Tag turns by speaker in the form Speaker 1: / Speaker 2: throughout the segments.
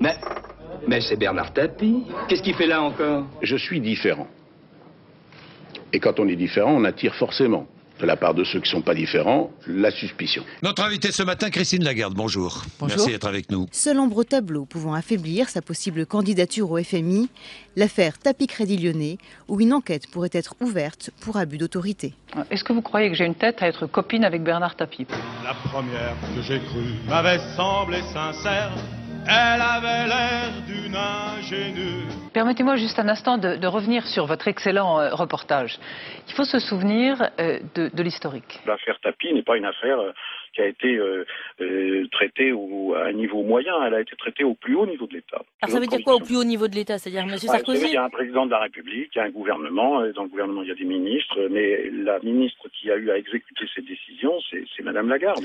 Speaker 1: Mais, mais c'est Bernard Tapie. Qu'est-ce qu'il fait là encore
Speaker 2: Je suis différent. Et quand on est différent, on attire forcément, de la part de ceux qui ne sont pas différents, la suspicion.
Speaker 3: Notre invitée ce matin, Christine Lagarde, bonjour.
Speaker 4: Bonjour.
Speaker 3: Merci d'être avec nous.
Speaker 4: Seul ombre au tableau pouvant affaiblir sa possible candidature au FMI, l'affaire Tapis Crédit Lyonnais, où une enquête pourrait être ouverte pour abus d'autorité.
Speaker 5: Est-ce que vous croyez que j'ai une tête à être copine avec Bernard Tapie
Speaker 6: La première que j'ai crue m'avait semblé sincère. Elle avait l'air d'une ingénue.
Speaker 5: Permettez-moi juste un instant de, de revenir sur votre excellent euh, reportage. Il faut se souvenir euh, de, de l'historique.
Speaker 7: L'affaire Tapi n'est pas une affaire euh, qui a été euh, euh, traitée au, à un niveau moyen, elle a été traitée au plus haut niveau de l'État.
Speaker 8: Alors ça veut dire quoi au plus haut niveau de l'État C'est-à-dire M.
Speaker 7: Ah, vous savez, Il
Speaker 8: Sarkozy
Speaker 7: y a un président de la République, il y a un gouvernement, et dans le gouvernement il y a des ministres, mais la ministre qui a eu à exécuter ces décisions, c'est c'est Madame Lagarde.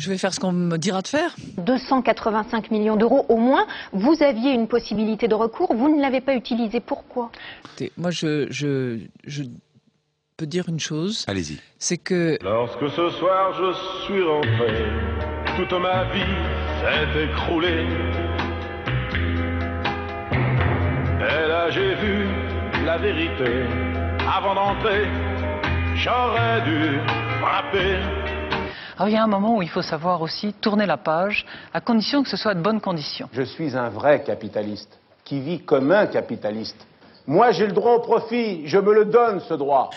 Speaker 9: Je vais faire ce qu'on me dira de faire.
Speaker 10: 285 millions d'euros au moins. Vous aviez une possibilité de recours, vous ne l'avez pas utilisée. Pourquoi
Speaker 9: Écoutez, Moi, je, je, je peux dire une chose,
Speaker 3: Allez-y.
Speaker 9: c'est que
Speaker 6: Lorsque ce soir je suis rentré, toute ma vie s'est écroulée. Et là j'ai vu la vérité. Avant d'entrer, j'aurais dû frapper.
Speaker 5: Alors, Ah il y a un moment où il faut savoir aussi tourner la page, à condition que ce soit de bonnes conditions.
Speaker 11: Je suis un vrai capitaliste, qui vit comme un capitaliste. Moi, j'ai le droit au profit, je me le donne, ce droit.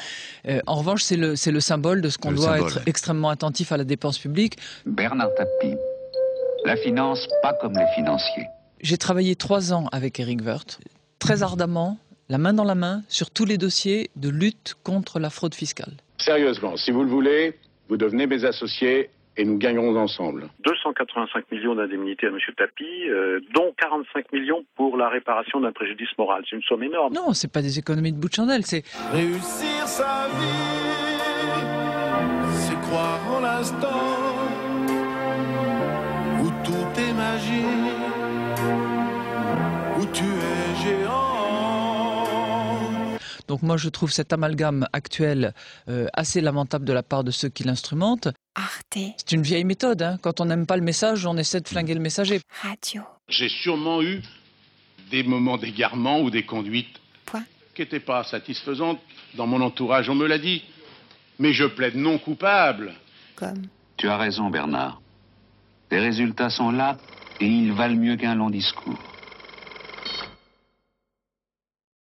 Speaker 9: Euh, en revanche, c'est le, c'est le symbole de ce qu'on
Speaker 3: Le
Speaker 9: doit
Speaker 3: symbole.
Speaker 9: être extrêmement attentif à la dépense publique.
Speaker 1: Bernard Tapie. La finance, pas comme les financiers.
Speaker 9: J'ai travaillé trois ans avec Eric Woerth, très ardemment, la main dans la main, sur tous les dossiers de lutte contre la fraude fiscale.
Speaker 2: Sérieusement, si vous le voulez, vous devenez mes associés et nous gagnerons ensemble.
Speaker 7: 285 millions d'indemnités à M. Tapi, euh, dont 45 millions pour la réparation d'un préjudice moral. C'est une somme énorme.
Speaker 9: Non, c'est pas des économies de bout de chandelle, c'est
Speaker 6: Réussir sa vie, c'est croire en l'instant où tout est magie, où tu es géant.
Speaker 9: donc moi je trouve cet amalgame actuel euh, assez lamentable de la part de ceux qui l'instrumentent.
Speaker 10: Arte
Speaker 9: C'est une vieille méthode. hein. Quand on n'aime pas le message, on essaie de flinguer le messager.
Speaker 10: Radio.
Speaker 2: J'ai sûrement eu des moments d'égarement ou des conduites
Speaker 10: Point.
Speaker 2: qui n'étaient pas satisfaisantes dans mon entourage, on me l'a dit. Mais je plaide non coupable.
Speaker 10: Comme.
Speaker 1: Tu as raison, Bernard. Les résultats sont là et ils valent mieux qu'un long discours.